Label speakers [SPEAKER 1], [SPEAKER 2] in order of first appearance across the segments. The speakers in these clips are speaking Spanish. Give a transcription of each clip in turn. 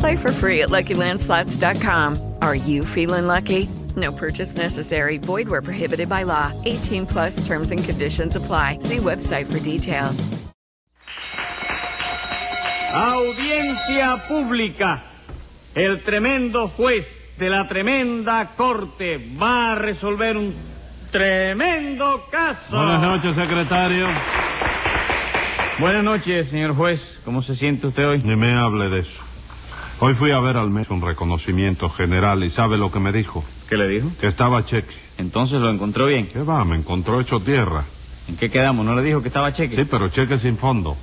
[SPEAKER 1] Play for free at LuckyLandSlots.com. Are you feeling lucky? No purchase necessary. Void where prohibited by law. 18 plus terms and conditions apply. See website for details.
[SPEAKER 2] Audiencia pública. El tremendo juez de la tremenda corte va a resolver un tremendo caso.
[SPEAKER 3] Buenas noches, secretario.
[SPEAKER 2] Buenas noches, señor juez. ¿Cómo se siente usted hoy?
[SPEAKER 3] Ni me hable de eso. Hoy fui a ver al mes un reconocimiento general y ¿sabe lo que me dijo?
[SPEAKER 2] ¿Qué le dijo?
[SPEAKER 3] Que estaba cheque.
[SPEAKER 2] Entonces lo encontró bien.
[SPEAKER 3] ¿Qué va? Me encontró hecho tierra.
[SPEAKER 2] ¿En qué quedamos? ¿No le dijo que estaba cheque?
[SPEAKER 3] Sí, pero cheque sin fondo.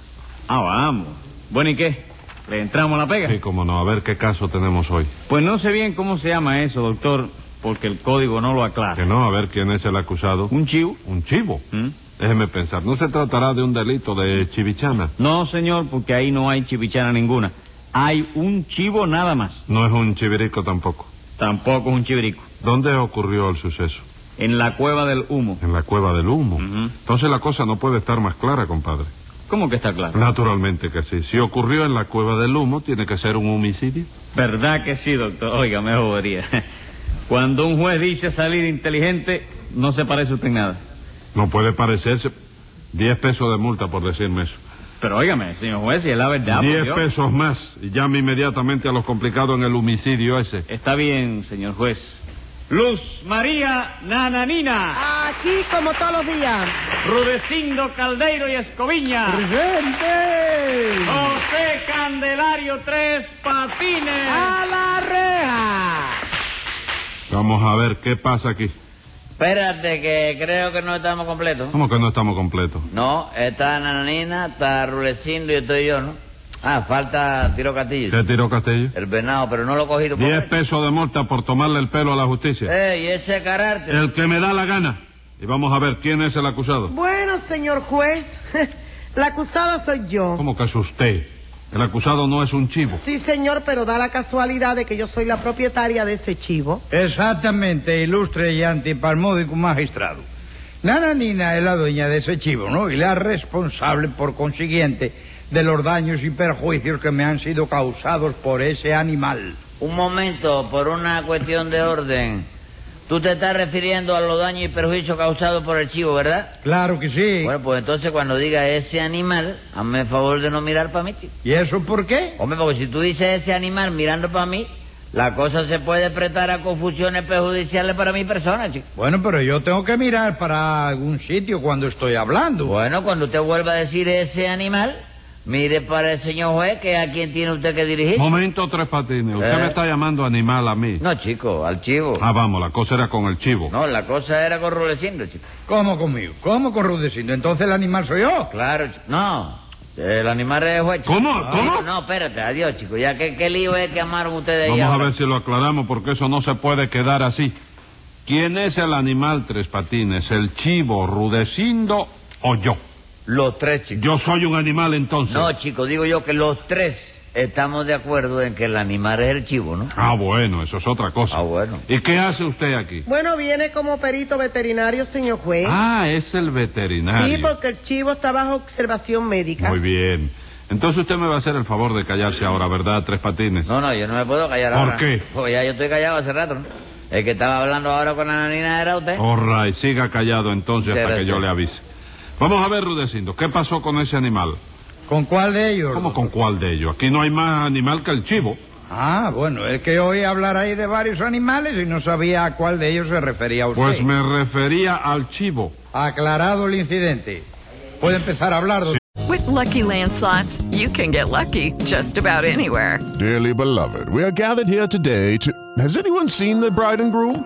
[SPEAKER 2] Ah, vamos. Bueno, ¿y qué? ¿Le entramos la pega?
[SPEAKER 3] Sí, cómo no. A ver qué caso tenemos hoy.
[SPEAKER 2] Pues no sé bien cómo se llama eso, doctor, porque el código no lo aclara.
[SPEAKER 3] Que no, a ver quién es el acusado.
[SPEAKER 2] ¿Un chivo?
[SPEAKER 3] Un chivo.
[SPEAKER 2] ¿Mm?
[SPEAKER 3] Déjeme pensar. ¿No se tratará de un delito de chivichana?
[SPEAKER 2] No, señor, porque ahí no hay chivichana ninguna. Hay un chivo nada más.
[SPEAKER 3] No es un chivirico tampoco.
[SPEAKER 2] Tampoco es un chivirico.
[SPEAKER 3] ¿Dónde ocurrió el suceso?
[SPEAKER 2] En la cueva del humo.
[SPEAKER 3] En la cueva del humo.
[SPEAKER 2] Ujú.
[SPEAKER 3] Entonces la cosa no puede estar más clara, compadre.
[SPEAKER 2] ¿Cómo que está claro?
[SPEAKER 3] Naturalmente que sí. Si ocurrió en la cueva del humo, tiene que ser un homicidio.
[SPEAKER 2] ¿Verdad que sí, doctor? Oiga, me jodería. Cuando un juez dice salir inteligente, no se parece usted en nada.
[SPEAKER 3] No puede parecerse. Diez pesos de multa por decirme eso.
[SPEAKER 2] Pero óigame, señor juez, si es la verdad. por
[SPEAKER 3] Diez
[SPEAKER 2] Dios.
[SPEAKER 3] pesos más y llame inmediatamente a los complicados en el homicidio ese.
[SPEAKER 2] Está bien, señor juez. Luz María Nananina,
[SPEAKER 4] Aquí como todos los días.
[SPEAKER 2] Rudecindo Caldeiro y Escoviña,
[SPEAKER 4] ¡Presente!
[SPEAKER 2] José Candelario Tres Patines.
[SPEAKER 4] ¡A la reja!
[SPEAKER 3] Vamos a ver qué pasa aquí.
[SPEAKER 5] Espérate, que creo que no estamos completos.
[SPEAKER 3] ¿Cómo que no estamos completos?
[SPEAKER 5] No, está Nananina, está Rulecindo y estoy yo, ¿no? Ah, falta Tiro Castillo.
[SPEAKER 3] ¿Qué tiró Castillo?
[SPEAKER 5] El venado, pero no lo he cogido por
[SPEAKER 3] Diez
[SPEAKER 5] él.
[SPEAKER 3] pesos de multa por tomarle el pelo a la justicia.
[SPEAKER 5] Ey, ese carácter.
[SPEAKER 3] El que me da la gana. Y vamos a ver quién es el acusado.
[SPEAKER 4] Bueno, señor juez, la acusada soy yo.
[SPEAKER 3] ¿Cómo que es usted? El acusado no es un chivo.
[SPEAKER 4] Sí, señor, pero da la casualidad de que yo soy la propietaria de ese chivo.
[SPEAKER 6] Exactamente, ilustre y antipalmódico magistrado. Nananina es la dueña de ese chivo, ¿no? Y la responsable, por consiguiente, de los daños y perjuicios que me han sido causados por ese animal.
[SPEAKER 5] Un momento, por una cuestión de orden. Tú te estás refiriendo a los daños y perjuicios causados por el chivo, ¿verdad?
[SPEAKER 6] Claro que sí.
[SPEAKER 5] Bueno, pues entonces cuando diga ese animal, hazme el favor de no mirar para mí, tío.
[SPEAKER 6] ¿Y eso por qué?
[SPEAKER 5] Hombre, porque si tú dices ese animal mirando para mí, la cosa se puede prestar a confusiones perjudiciales para mi persona, chico.
[SPEAKER 6] Bueno, pero yo tengo que mirar para algún sitio cuando estoy hablando.
[SPEAKER 5] Bueno, cuando usted vuelva a decir ese animal, mire para el señor juez que a quien tiene usted que
[SPEAKER 6] ¿Eh?
[SPEAKER 5] dirigir.
[SPEAKER 3] Momento, tres patines. Usted
[SPEAKER 5] Eh.
[SPEAKER 3] me está llamando animal a mí.
[SPEAKER 5] No, chico, al chivo.
[SPEAKER 3] Ah, vamos, la cosa era con el chivo.
[SPEAKER 5] No, la cosa era con Rudecindo, chico.
[SPEAKER 6] ¿Cómo conmigo? ¿Cómo con Rudecindo? Entonces el animal soy yo.
[SPEAKER 5] Claro, chico. No, el animal es juez. chico.
[SPEAKER 3] ¿Cómo?
[SPEAKER 5] No,
[SPEAKER 3] ¿Cómo?
[SPEAKER 5] No, espérate, adiós, chico. Ya que qué lío es que amaron ustedes ahí
[SPEAKER 3] Vamos a
[SPEAKER 5] ahora?
[SPEAKER 3] ver si lo aclaramos porque eso no se puede quedar así. ¿Quién es el animal tres patines? ¿El chivo, Rudecindo o yo?
[SPEAKER 5] Los tres, chicos.
[SPEAKER 3] Yo soy un animal entonces.
[SPEAKER 5] No, chico, digo yo que los tres estamos de acuerdo en que el animal es el chivo, ¿no?
[SPEAKER 3] Ah, bueno, eso es otra cosa.
[SPEAKER 5] Ah, bueno.
[SPEAKER 3] ¿Y qué hace usted aquí?
[SPEAKER 4] Bueno, viene como perito veterinario, señor juez.
[SPEAKER 3] Ah, es el
[SPEAKER 4] ¿Eh? sí,
[SPEAKER 3] veterinario.
[SPEAKER 4] porque el chivo está bajo observación médica.
[SPEAKER 3] Muy bien. Entonces usted me va a hacer el favor de callarse ahora, ¿verdad, tres patines?
[SPEAKER 5] No, no, yo no me puedo callar
[SPEAKER 3] ¿Por
[SPEAKER 5] ahora.
[SPEAKER 3] qué?
[SPEAKER 5] Porque ya yo estoy callado hace rato, ¿no? El que estaba hablando ahora con Ananina era
[SPEAKER 3] ¿eh?
[SPEAKER 5] usted.
[SPEAKER 3] All right, siga callado entonces hasta que
[SPEAKER 5] Interesante.
[SPEAKER 3] yo le avise. Vamos a ver, Rudecindo, ¿qué pasó con ese animal?
[SPEAKER 6] ¿Con cuál de ellos?
[SPEAKER 3] ¿Cómo con cuál de ellos? Aquí no hay más animal que el chivo.
[SPEAKER 6] Ah, bueno, es que oí hablar ahí de varios animales y no sabía a cuál de ellos se refería usted.
[SPEAKER 3] Pues me refería al chivo.
[SPEAKER 6] Aclarado el incidente.
[SPEAKER 5] Puede empezar a hablar, don
[SPEAKER 1] With Lucky Land slots, you can get lucky just about anywhere.
[SPEAKER 7] Dearly beloved, we are gathered here today to. Has anyone seen the bride and groom?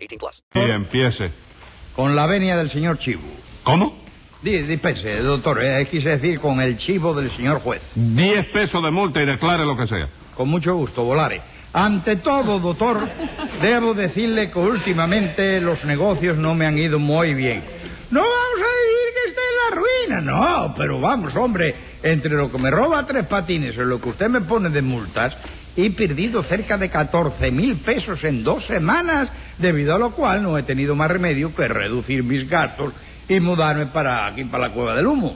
[SPEAKER 8] 18 plus.
[SPEAKER 3] Sí, empiece.
[SPEAKER 5] Con la venia del señor Chivo.
[SPEAKER 3] ¿Cómo?
[SPEAKER 5] Di- Dispense, doctor, eh, quise decir con el chivo del señor juez.
[SPEAKER 3] Diez pesos de multa y declare lo que sea.
[SPEAKER 5] Con mucho gusto, volare. Ante todo, doctor, debo decirle que últimamente los negocios no me han ido muy bien. No vamos a decir que esté en la ruina, no, pero vamos, hombre, entre lo que me roba tres patines y lo que usted me pone de multas, he perdido cerca de 14 mil pesos en dos semanas, debido a lo cual no he tenido más remedio que reducir mis gastos y mudarme para aquí, para la Cueva del Humo.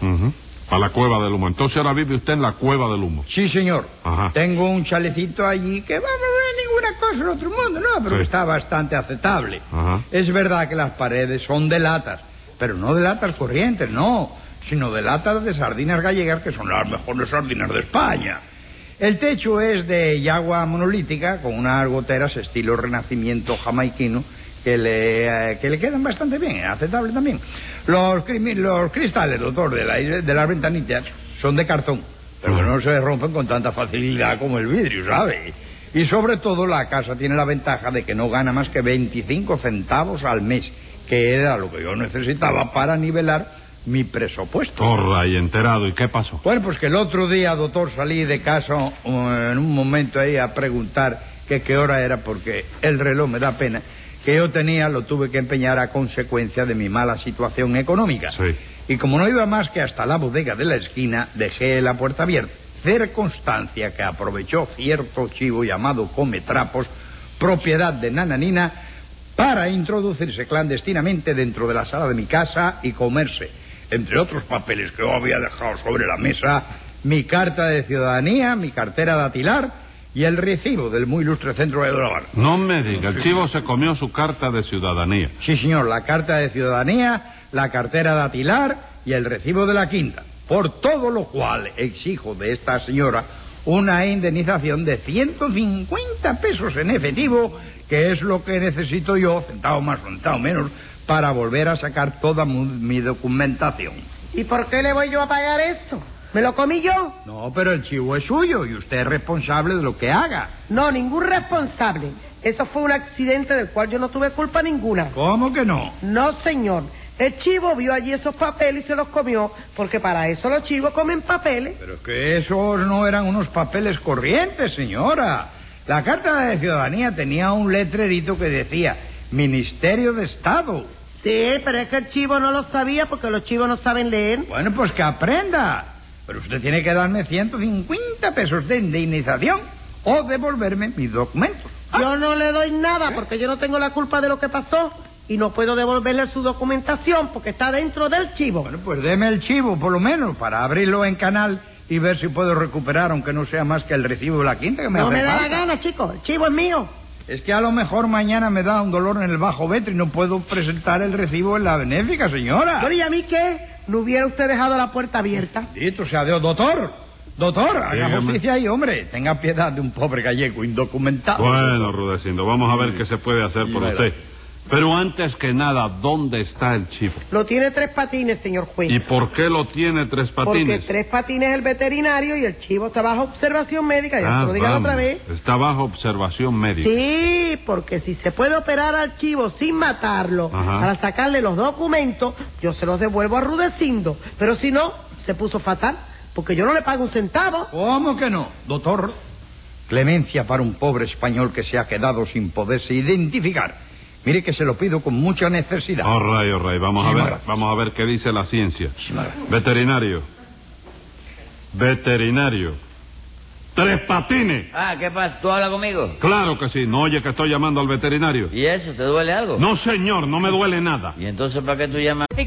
[SPEAKER 3] Ujú. A la cueva del humo. Entonces ahora vive usted en la cueva del humo.
[SPEAKER 5] Sí, señor.
[SPEAKER 3] Ajá.
[SPEAKER 5] Tengo un chalecito allí que vamos, no es ninguna cosa del otro mundo, no, pero
[SPEAKER 3] Sí.
[SPEAKER 5] está bastante aceptable.
[SPEAKER 3] Ajá.
[SPEAKER 5] Es verdad que las paredes son de latas, pero no de latas corrientes, no, sino de latas de sardinas gallegas que son las mejores sardinas de España. El techo es de yagua monolítica con unas goteras estilo renacimiento jamaiquino que le, eh, que le quedan bastante bien, aceptable también. Los, crimi- los cristales, doctor, de, la- de las ventanillas son de cartón, pero que no se rompen con tanta facilidad como el vidrio, ¿sabe? Y sobre todo la casa tiene la ventaja de que no gana más que 25 centavos al mes, que era lo que yo necesitaba para nivelar mi presupuesto.
[SPEAKER 3] Torra y enterado. ¿Y qué pasó?
[SPEAKER 5] Bueno, pues que el otro día, doctor, salí de casa uh, en un momento ahí a preguntar que qué hora era porque el reloj me da pena. Que yo tenía lo tuve que empeñar a consecuencia de mi mala situación económica.
[SPEAKER 3] Sí.
[SPEAKER 5] Y como no iba más que hasta la bodega de la esquina, dejé la puerta abierta. Circunstancia que aprovechó cierto chivo llamado Come Trapos, propiedad de Nananina, para introducirse clandestinamente dentro de la sala de mi casa y comerse, entre otros papeles que yo había dejado sobre la mesa, mi carta de ciudadanía, mi cartera de atilar y el recibo del muy ilustre centro de Dolabán.
[SPEAKER 3] No me diga. El chivo se comió su carta de ciudadanía.
[SPEAKER 5] Sí, señor, la carta de ciudadanía, la cartera de Atilar y el recibo de la quinta. Por todo lo cual exijo de esta señora una indemnización de 150 pesos en efectivo, que es lo que necesito yo, centavo más, centavo menos, para volver a sacar toda mu- mi documentación.
[SPEAKER 4] ¿Y por qué le voy yo a pagar esto? ¿Me lo comí yo?
[SPEAKER 5] No, pero el chivo es suyo y usted es responsable de lo que haga.
[SPEAKER 4] No, ningún responsable. Eso fue un accidente del cual yo no tuve culpa ninguna.
[SPEAKER 5] ¿Cómo que no?
[SPEAKER 4] No, señor. El chivo vio allí esos papeles y se los comió, porque para eso los chivos comen papeles.
[SPEAKER 5] Pero es que esos no eran unos papeles corrientes, señora. La Carta de Ciudadanía tenía un letrerito que decía Ministerio de Estado.
[SPEAKER 4] Sí, pero es que el chivo no lo sabía porque los chivos no saben leer.
[SPEAKER 5] Bueno, pues que aprenda. Pero usted tiene que darme 150 pesos de indemnización o devolverme mis documentos.
[SPEAKER 4] Yo no le doy nada porque yo no tengo la culpa de lo que pasó y no puedo devolverle su documentación porque está dentro del chivo.
[SPEAKER 5] Bueno, pues deme el chivo, por lo menos, para abrirlo en canal y ver si puedo recuperar, aunque no sea más que el recibo de la quinta que me
[SPEAKER 4] no
[SPEAKER 5] hace
[SPEAKER 4] me da la
[SPEAKER 5] falta.
[SPEAKER 4] gana, chico. El chivo es mío.
[SPEAKER 5] Es que a lo mejor mañana me da un dolor en el bajo vetro y no puedo presentar el recibo en la benéfica,
[SPEAKER 3] Ah.
[SPEAKER 5] señora.
[SPEAKER 4] Bueno, ¿y a mí qué? ¿No hubiera usted dejado la puerta abierta?
[SPEAKER 5] Bendito sea Dios, doctor. Doctor, haga
[SPEAKER 3] Dígame.
[SPEAKER 5] justicia ahí, hombre. Tenga piedad de un pobre gallego indocumentado.
[SPEAKER 3] Bueno, Rudecindo, vamos a ver qué se puede hacer por
[SPEAKER 5] Sí,
[SPEAKER 3] usted. Pero antes que nada, ¿dónde está el chivo?
[SPEAKER 4] Lo tiene tres patines, señor juez.
[SPEAKER 3] ¿Y por qué lo tiene tres
[SPEAKER 4] Porque
[SPEAKER 3] patines?
[SPEAKER 4] tres patines es el veterinario y el chivo está bajo observación médica. Ya
[SPEAKER 3] Ah,
[SPEAKER 4] se lo digan
[SPEAKER 3] vamos.
[SPEAKER 4] otra vez.
[SPEAKER 3] Está bajo observación médica.
[SPEAKER 4] Sí, porque si se puede operar al chivo sin matarlo
[SPEAKER 3] Ajá.
[SPEAKER 4] para sacarle los documentos, yo se los devuelvo a Rudecindo. Pero si no, se puso fatal, porque yo no le pago un centavo.
[SPEAKER 5] ¿Cómo que no, doctor? Clemencia para un pobre español que se ha quedado sin poderse identificar. Mire que se lo pido con mucha necesidad.
[SPEAKER 3] Oh, ray, oh, ray. Vamos a
[SPEAKER 5] Sí,
[SPEAKER 3] ver,
[SPEAKER 5] Mara.
[SPEAKER 3] vamos a ver qué dice la ciencia.
[SPEAKER 5] Mara.
[SPEAKER 4] Ah.
[SPEAKER 3] Veterinario. Veterinario. Tres patines.
[SPEAKER 4] Ah, ¿qué pasa? ¿Tú hablas conmigo?
[SPEAKER 3] Claro que sí. No oye que estoy llamando al veterinario.
[SPEAKER 4] ¿Y eso? ¿Te duele algo?
[SPEAKER 3] No, señor, no me duele nada.
[SPEAKER 4] ¿Y entonces para qué tú llamas?
[SPEAKER 9] Hey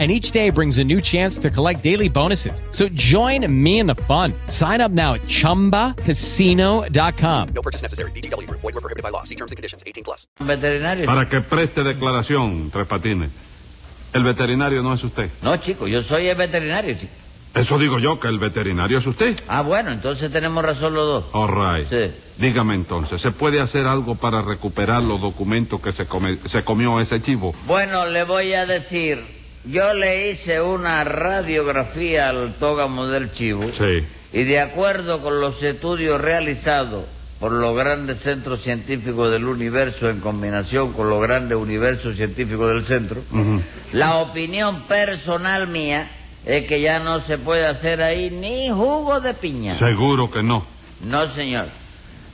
[SPEAKER 9] and each day brings a new chance to collect daily bonuses. So join me in the fun. Sign up now at ChumbaCasino.com.
[SPEAKER 10] No purchase necessary. VGW Group. Void were prohibited by law. See terms and conditions. 18 plus.
[SPEAKER 4] ¿Veterinario?
[SPEAKER 3] Para que preste declaración, Tres Patines. El veterinario no es usted.
[SPEAKER 4] No, chico, yo soy el veterinario, chico.
[SPEAKER 3] Eso digo yo, que el veterinario es usted.
[SPEAKER 4] Ah, bueno, entonces tenemos razón los dos.
[SPEAKER 3] All right.
[SPEAKER 4] Sí.
[SPEAKER 3] Dígame entonces, ¿se puede hacer algo para recuperar los documentos que se, come- se comió ese chivo?
[SPEAKER 4] Bueno, le voy a decir, yo le hice una radiografía al tógamo del chivo
[SPEAKER 3] Sí.
[SPEAKER 4] y de acuerdo con los estudios realizados por los grandes centros científicos del universo en combinación con los grandes universos científicos del centro,
[SPEAKER 3] Ujú.
[SPEAKER 4] la opinión personal mía es que ya no se puede hacer ahí ni jugo de piña.
[SPEAKER 3] Seguro que no.
[SPEAKER 4] No, señor.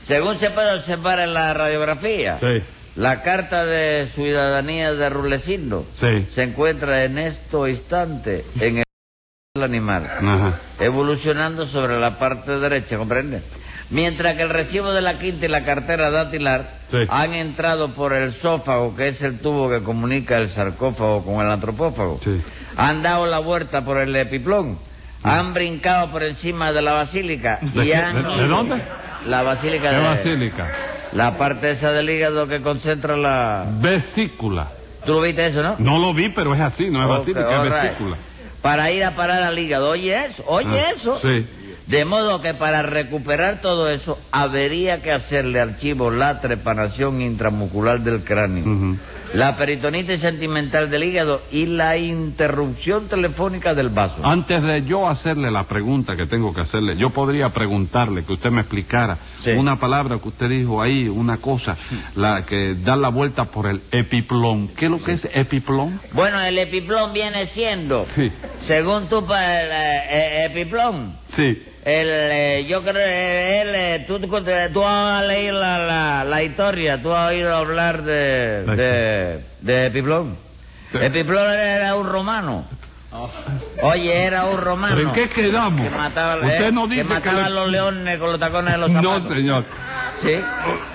[SPEAKER 4] Según se puede observar en la radiografía,
[SPEAKER 3] Sí.
[SPEAKER 4] la carta de ciudadanía de Rulecindo
[SPEAKER 3] Sí.
[SPEAKER 4] se encuentra en estos instantes en el del animal,
[SPEAKER 3] Ajá.
[SPEAKER 4] evolucionando sobre la parte derecha, ¿comprende? Mientras que el recibo de la quinta y la cartera datilar
[SPEAKER 3] Sí.
[SPEAKER 4] han entrado por el esófago, que es el tubo que comunica el sarcófago con el antropófago,
[SPEAKER 3] Sí. Ah.
[SPEAKER 4] han dado la vuelta por el epiplón, han brincado por encima de la basílica
[SPEAKER 3] ¿De
[SPEAKER 4] y
[SPEAKER 3] qué?
[SPEAKER 4] han...
[SPEAKER 3] ¿De- de dónde?
[SPEAKER 4] La basílica
[SPEAKER 3] ¿Qué
[SPEAKER 4] de...
[SPEAKER 3] basílica?
[SPEAKER 4] La parte esa del hígado que concentra la...
[SPEAKER 3] Vesícula.
[SPEAKER 4] ¿Tú lo viste eso, no?
[SPEAKER 3] Mm. No lo vi, pero es así, no es
[SPEAKER 4] Ok,
[SPEAKER 3] basílica, es
[SPEAKER 4] all right.
[SPEAKER 3] vesícula.
[SPEAKER 4] Para ir a parar al hígado, oye eso, oye
[SPEAKER 3] Ah,
[SPEAKER 4] eso.
[SPEAKER 3] sí.
[SPEAKER 4] De modo que para recuperar todo eso, habría que hacerle al chivo la trepanación intramuscular del cráneo,
[SPEAKER 3] Ujú.
[SPEAKER 4] la peritonitis sentimental del hígado y la interrupción telefónica del vaso.
[SPEAKER 3] Antes de yo hacerle la pregunta que tengo que hacerle, yo podría preguntarle que usted me explicara
[SPEAKER 4] Sí.
[SPEAKER 3] una palabra que usted dijo ahí, una cosa, la que da la vuelta por el epiplón. ¿Qué es lo que es epiplón?
[SPEAKER 4] Bueno, el epiplón viene siendo,
[SPEAKER 3] Sí.
[SPEAKER 4] según tú, pa- el eh, eh, epiplón.
[SPEAKER 3] Sí.
[SPEAKER 4] El, eh, yo creo, eh, él, eh, tú, tú- tú has leído la, la- la historia, tú has oído hablar de,
[SPEAKER 3] ¿De
[SPEAKER 4] de, de Epiplón.
[SPEAKER 3] De-
[SPEAKER 4] Epiplón era un romano. Oye, era un romano.
[SPEAKER 3] Oh. ¿Pero en qué quedamos?
[SPEAKER 4] Que mataba,
[SPEAKER 3] Usted
[SPEAKER 4] eh,
[SPEAKER 3] no
[SPEAKER 4] que
[SPEAKER 3] dice que
[SPEAKER 4] mataba
[SPEAKER 3] le-
[SPEAKER 4] a los leones con los tacones de los
[SPEAKER 3] No,
[SPEAKER 4] zapatos.
[SPEAKER 3] señor.
[SPEAKER 4] Sí.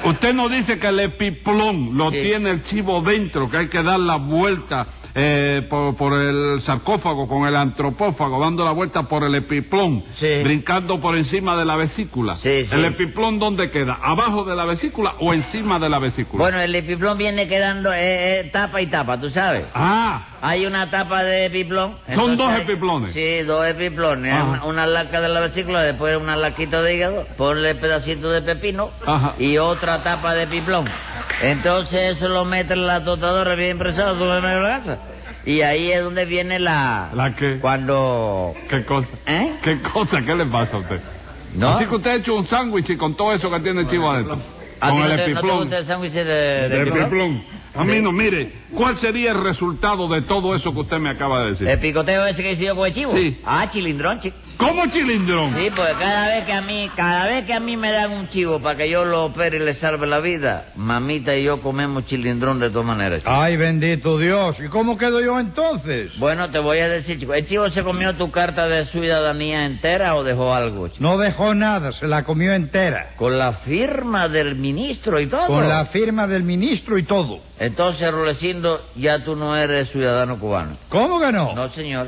[SPEAKER 3] U- Usted no dice que el epiplón lo
[SPEAKER 4] Sí.
[SPEAKER 3] tiene el chivo dentro, que hay que dar la vuelta eh, por, por el sarcófago con el antropófago, dando la vuelta por el epiplón,
[SPEAKER 4] Sí.
[SPEAKER 3] brincando por encima de la vesícula.
[SPEAKER 4] Sí, sí.
[SPEAKER 3] ¿El epiplón dónde queda? ¿Abajo de la vesícula o encima de la vesícula?
[SPEAKER 4] Bueno, el Epiplón viene quedando eh, eh, tapa y tapa, tú sabes.
[SPEAKER 3] Ah,
[SPEAKER 4] Hay una tapa de epiplón.
[SPEAKER 3] Son
[SPEAKER 4] entonces
[SPEAKER 3] dos
[SPEAKER 4] hay-
[SPEAKER 3] epiplones.
[SPEAKER 4] Sí, dos epiplones.
[SPEAKER 3] Ajá.
[SPEAKER 4] Una, una laca de la vesícula, después una laquita de hígado, ponle pedacito de pepino
[SPEAKER 3] Ajá.
[SPEAKER 4] y otra tapa de epiplón. Entonces eso lo meten en la tostadora bien presado, tú lo metes en la grasa. Y ahí es donde viene la...
[SPEAKER 3] ¿la qué?
[SPEAKER 4] Cuando...
[SPEAKER 3] ¿Qué cosa?
[SPEAKER 4] ¿Eh?
[SPEAKER 3] ¿Qué cosa? ¿Qué le pasa a usted?
[SPEAKER 4] No.
[SPEAKER 3] Así que usted ha hecho un sándwich y con todo eso que tiene el chivo adentro.
[SPEAKER 4] ¿A ti
[SPEAKER 3] Con
[SPEAKER 4] no
[SPEAKER 3] el
[SPEAKER 4] te- ¿No te
[SPEAKER 3] epiplón.
[SPEAKER 4] gusta el sándwich de, de
[SPEAKER 3] De
[SPEAKER 4] epiplón?
[SPEAKER 3] Piplón. A mí no, mire, ¿cuál sería el resultado de todo eso que usted me acaba de decir?
[SPEAKER 4] ¿El picoteo ese que hice yo con el chivo?
[SPEAKER 3] Sí.
[SPEAKER 4] Ah, chilindrón, chico.
[SPEAKER 3] ¿Cómo chilindrón?
[SPEAKER 4] Sí, porque cada vez que a mí, cada vez que a mí me dan un chivo para que yo lo opere y le salve la vida, mamita y yo comemos chilindrón de todas maneras. chico.
[SPEAKER 5] Ay, bendito Dios. ¿Y cómo quedo yo entonces?
[SPEAKER 4] Bueno, te voy a decir, chico, ¿el chivo se comió tu carta de ciudadanía entera o dejó algo? chico?
[SPEAKER 5] No dejó nada, se la comió entera.
[SPEAKER 4] Con la firma del ministro y todo.
[SPEAKER 5] Con la firma del ministro y todo.
[SPEAKER 4] Entonces, Rulecindo, ya tú no eres ciudadano cubano.
[SPEAKER 5] ¿Cómo que no?
[SPEAKER 4] No, señor.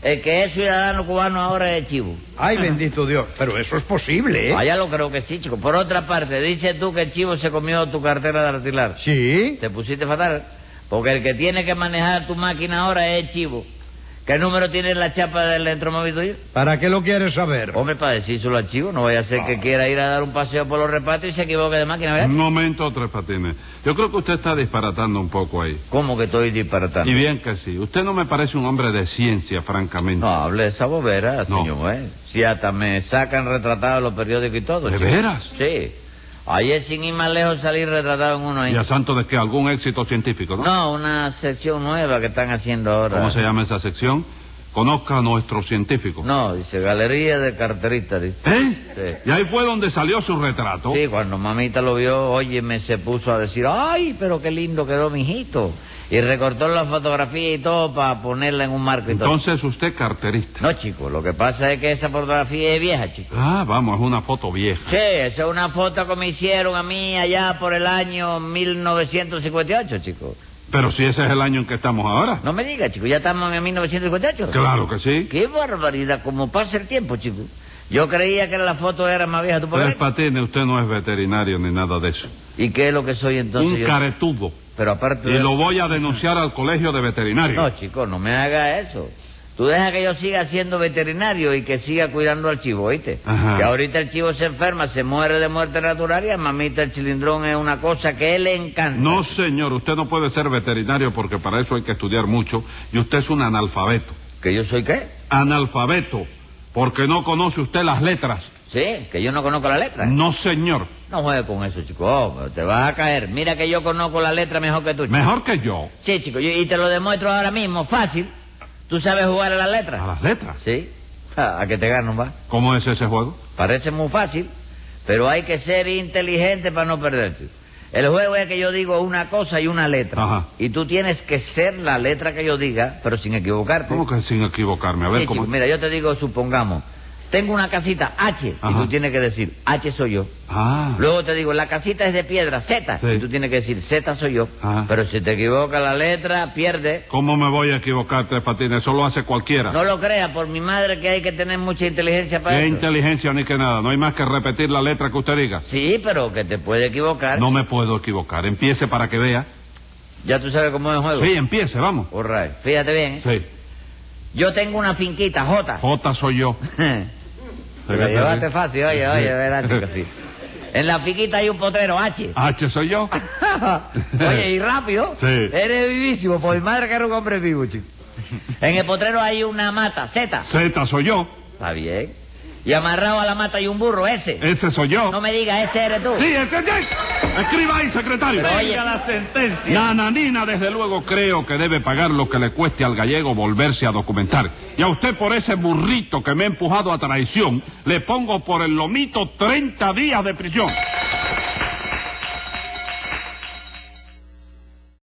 [SPEAKER 4] El que es ciudadano cubano ahora es el chivo.
[SPEAKER 5] Ay, bendito Dios. Pero eso es posible, ¿eh?
[SPEAKER 4] Allá lo creo que sí, chico. Por otra parte, dices tú que el chivo se comió tu cartera de artilar.
[SPEAKER 5] Sí.
[SPEAKER 4] Te pusiste fatal. Porque el que tiene que manejar tu máquina ahora es el chivo. ¿Qué número tiene la chapa del electromovito yo?
[SPEAKER 5] ¿Para qué lo quieres saber?
[SPEAKER 4] Hombre, para decir su archivo, no vaya a ser
[SPEAKER 3] Ah.
[SPEAKER 4] que quiera ir a dar un paseo por los repatos y se equivoque de máquina, ¿verdad?
[SPEAKER 3] Un momento, Tres Patines. Yo creo que usted está disparatando un poco ahí.
[SPEAKER 4] ¿Cómo que estoy disparatando?
[SPEAKER 3] Y bien que sí. Usted no me parece un hombre de ciencia, francamente.
[SPEAKER 4] No, hable de esa bobera,
[SPEAKER 3] No.
[SPEAKER 4] señor juez. Si hasta me sacan retratado en los periódicos y todo.
[SPEAKER 3] ¿De
[SPEAKER 4] chico.
[SPEAKER 3] veras?
[SPEAKER 4] pues, Sí. Ayer sin ir más lejos salí retratado en uno ahí.
[SPEAKER 3] ¿Y a santo de que algún éxito científico, no?
[SPEAKER 4] No, una sección nueva que están haciendo ahora.
[SPEAKER 3] ¿Cómo se llama esa sección? Conozca a nuestro científico.
[SPEAKER 4] No, dice Galería de Carteristas, dice.
[SPEAKER 3] ¿Eh?
[SPEAKER 4] Sí.
[SPEAKER 3] Y ahí fue donde salió su retrato.
[SPEAKER 4] Sí, cuando mamita lo vio, oye, me se puso a decir, ay, pero qué lindo quedó mi hijito. Y recortó la fotografía y todo para ponerla en un marco y todo.
[SPEAKER 3] Entonces usted carterista.
[SPEAKER 4] No, chico, lo que pasa es que esa fotografía es vieja, chico.
[SPEAKER 3] Ah, vamos, es una foto vieja.
[SPEAKER 4] Sí, esa es una foto que me hicieron a mí allá por el año 1958, chico.
[SPEAKER 3] Pero si ese es el año en que estamos ahora.
[SPEAKER 4] No me digas, chico, ya estamos en 1958.
[SPEAKER 3] Claro que sí.
[SPEAKER 4] Qué barbaridad, como pasa el tiempo, chico. Yo creía que la foto era más vieja, ¿tú por
[SPEAKER 3] Tres Patines, usted no es veterinario ni nada de eso.
[SPEAKER 4] ¿Y qué es lo que soy entonces?
[SPEAKER 3] Un
[SPEAKER 4] yo?
[SPEAKER 3] caretudo.
[SPEAKER 4] Pero aparte...
[SPEAKER 3] Y
[SPEAKER 4] de-
[SPEAKER 3] lo voy a denunciar al colegio de
[SPEAKER 4] No,
[SPEAKER 3] veterinarios.
[SPEAKER 4] chico, no me haga eso. Tú deja que yo siga siendo veterinario y que siga cuidando al chivo, ¿oíste?
[SPEAKER 3] Ajá.
[SPEAKER 4] Que ahorita el chivo se enferma, se muere de muerte natural y a mamita el cilindrón es una cosa que él le encanta.
[SPEAKER 3] No, señor, usted no puede ser veterinario porque para eso hay que estudiar mucho y usted es un analfabeto.
[SPEAKER 4] ¿Que yo soy qué?
[SPEAKER 3] Analfabeto, porque no conoce usted las letras.
[SPEAKER 4] Sí, que yo no conozco la letra.
[SPEAKER 3] No, señor,
[SPEAKER 4] No juegues con eso, chico. Oh, pero te vas a caer. Mira que yo conozco la letra mejor que tú, chico.
[SPEAKER 3] mejor que yo.
[SPEAKER 4] Sí, chico, yo- y te lo demuestro ahora mismo, fácil. ¿Tú sabes jugar a la letra?
[SPEAKER 3] A las letras.
[SPEAKER 4] Sí. Ja, A que te gano, va.
[SPEAKER 3] ¿Cómo es ese juego?
[SPEAKER 4] Parece muy fácil, pero hay que ser inteligente para no perderte. El juego es que yo digo una cosa y una letra.
[SPEAKER 3] Ajá.
[SPEAKER 4] Y tú tienes que ser la letra que yo diga, pero sin equivocarte.
[SPEAKER 3] ¿Cómo que sin equivocarme? A ver
[SPEAKER 4] Sí,
[SPEAKER 3] cómo.
[SPEAKER 4] chico, mira, yo te digo, supongamos, tengo una casita H, y
[SPEAKER 3] Ajá.
[SPEAKER 4] tú tienes que decir, H soy yo.
[SPEAKER 3] Ah,
[SPEAKER 4] Luego te digo, la casita es de piedra, Z,
[SPEAKER 3] Sí.
[SPEAKER 4] y tú tienes que decir, Z soy yo.
[SPEAKER 3] Ajá.
[SPEAKER 4] Pero si te equivoca la letra, pierde.
[SPEAKER 3] ¿cómo me voy a equivocar, Tres Patines? Eso lo hace cualquiera.
[SPEAKER 4] No lo creas, por mi madre que hay que tener mucha inteligencia para
[SPEAKER 3] Qué
[SPEAKER 4] eso.
[SPEAKER 3] inteligencia ni que nada. No hay más que repetir la letra que usted diga.
[SPEAKER 4] Sí, pero que te puede equivocar.
[SPEAKER 3] No me puedo equivocar. Empiece para que vea.
[SPEAKER 4] Ya tú sabes cómo es el juego.
[SPEAKER 3] Sí, empiece, vamos.
[SPEAKER 4] All right. Fíjate bien. ¿eh?
[SPEAKER 3] Sí.
[SPEAKER 4] Yo tengo una finquita, Jota.
[SPEAKER 3] J soy yo.
[SPEAKER 4] Te la llevaste fácil, oye,
[SPEAKER 3] Sí.
[SPEAKER 4] oye, verás, chico, sí. En la finquita hay un potrero, H.
[SPEAKER 3] H soy yo.
[SPEAKER 4] oye, y rápido.
[SPEAKER 3] Ah. Sí.
[SPEAKER 4] Eres vivísimo, por mi madre que era un hombre vivo, chico. En el potrero hay una mata, Z.
[SPEAKER 3] Z soy yo.
[SPEAKER 4] Está bien. Y amarrado a la mata hay un burro, S.
[SPEAKER 3] Ese soy yo.
[SPEAKER 4] No me digas, ese eres tú.
[SPEAKER 3] Eh. Sí, ese es. Escriba ahí, secretario.
[SPEAKER 4] Pero, oye,
[SPEAKER 3] La nanina, desde luego, creo que debe pagar lo que le cueste al gallego volverse a documentar. Y a usted por ese burrito que me ha empujado a traición, le pongo por el lomito 30 días de prisión.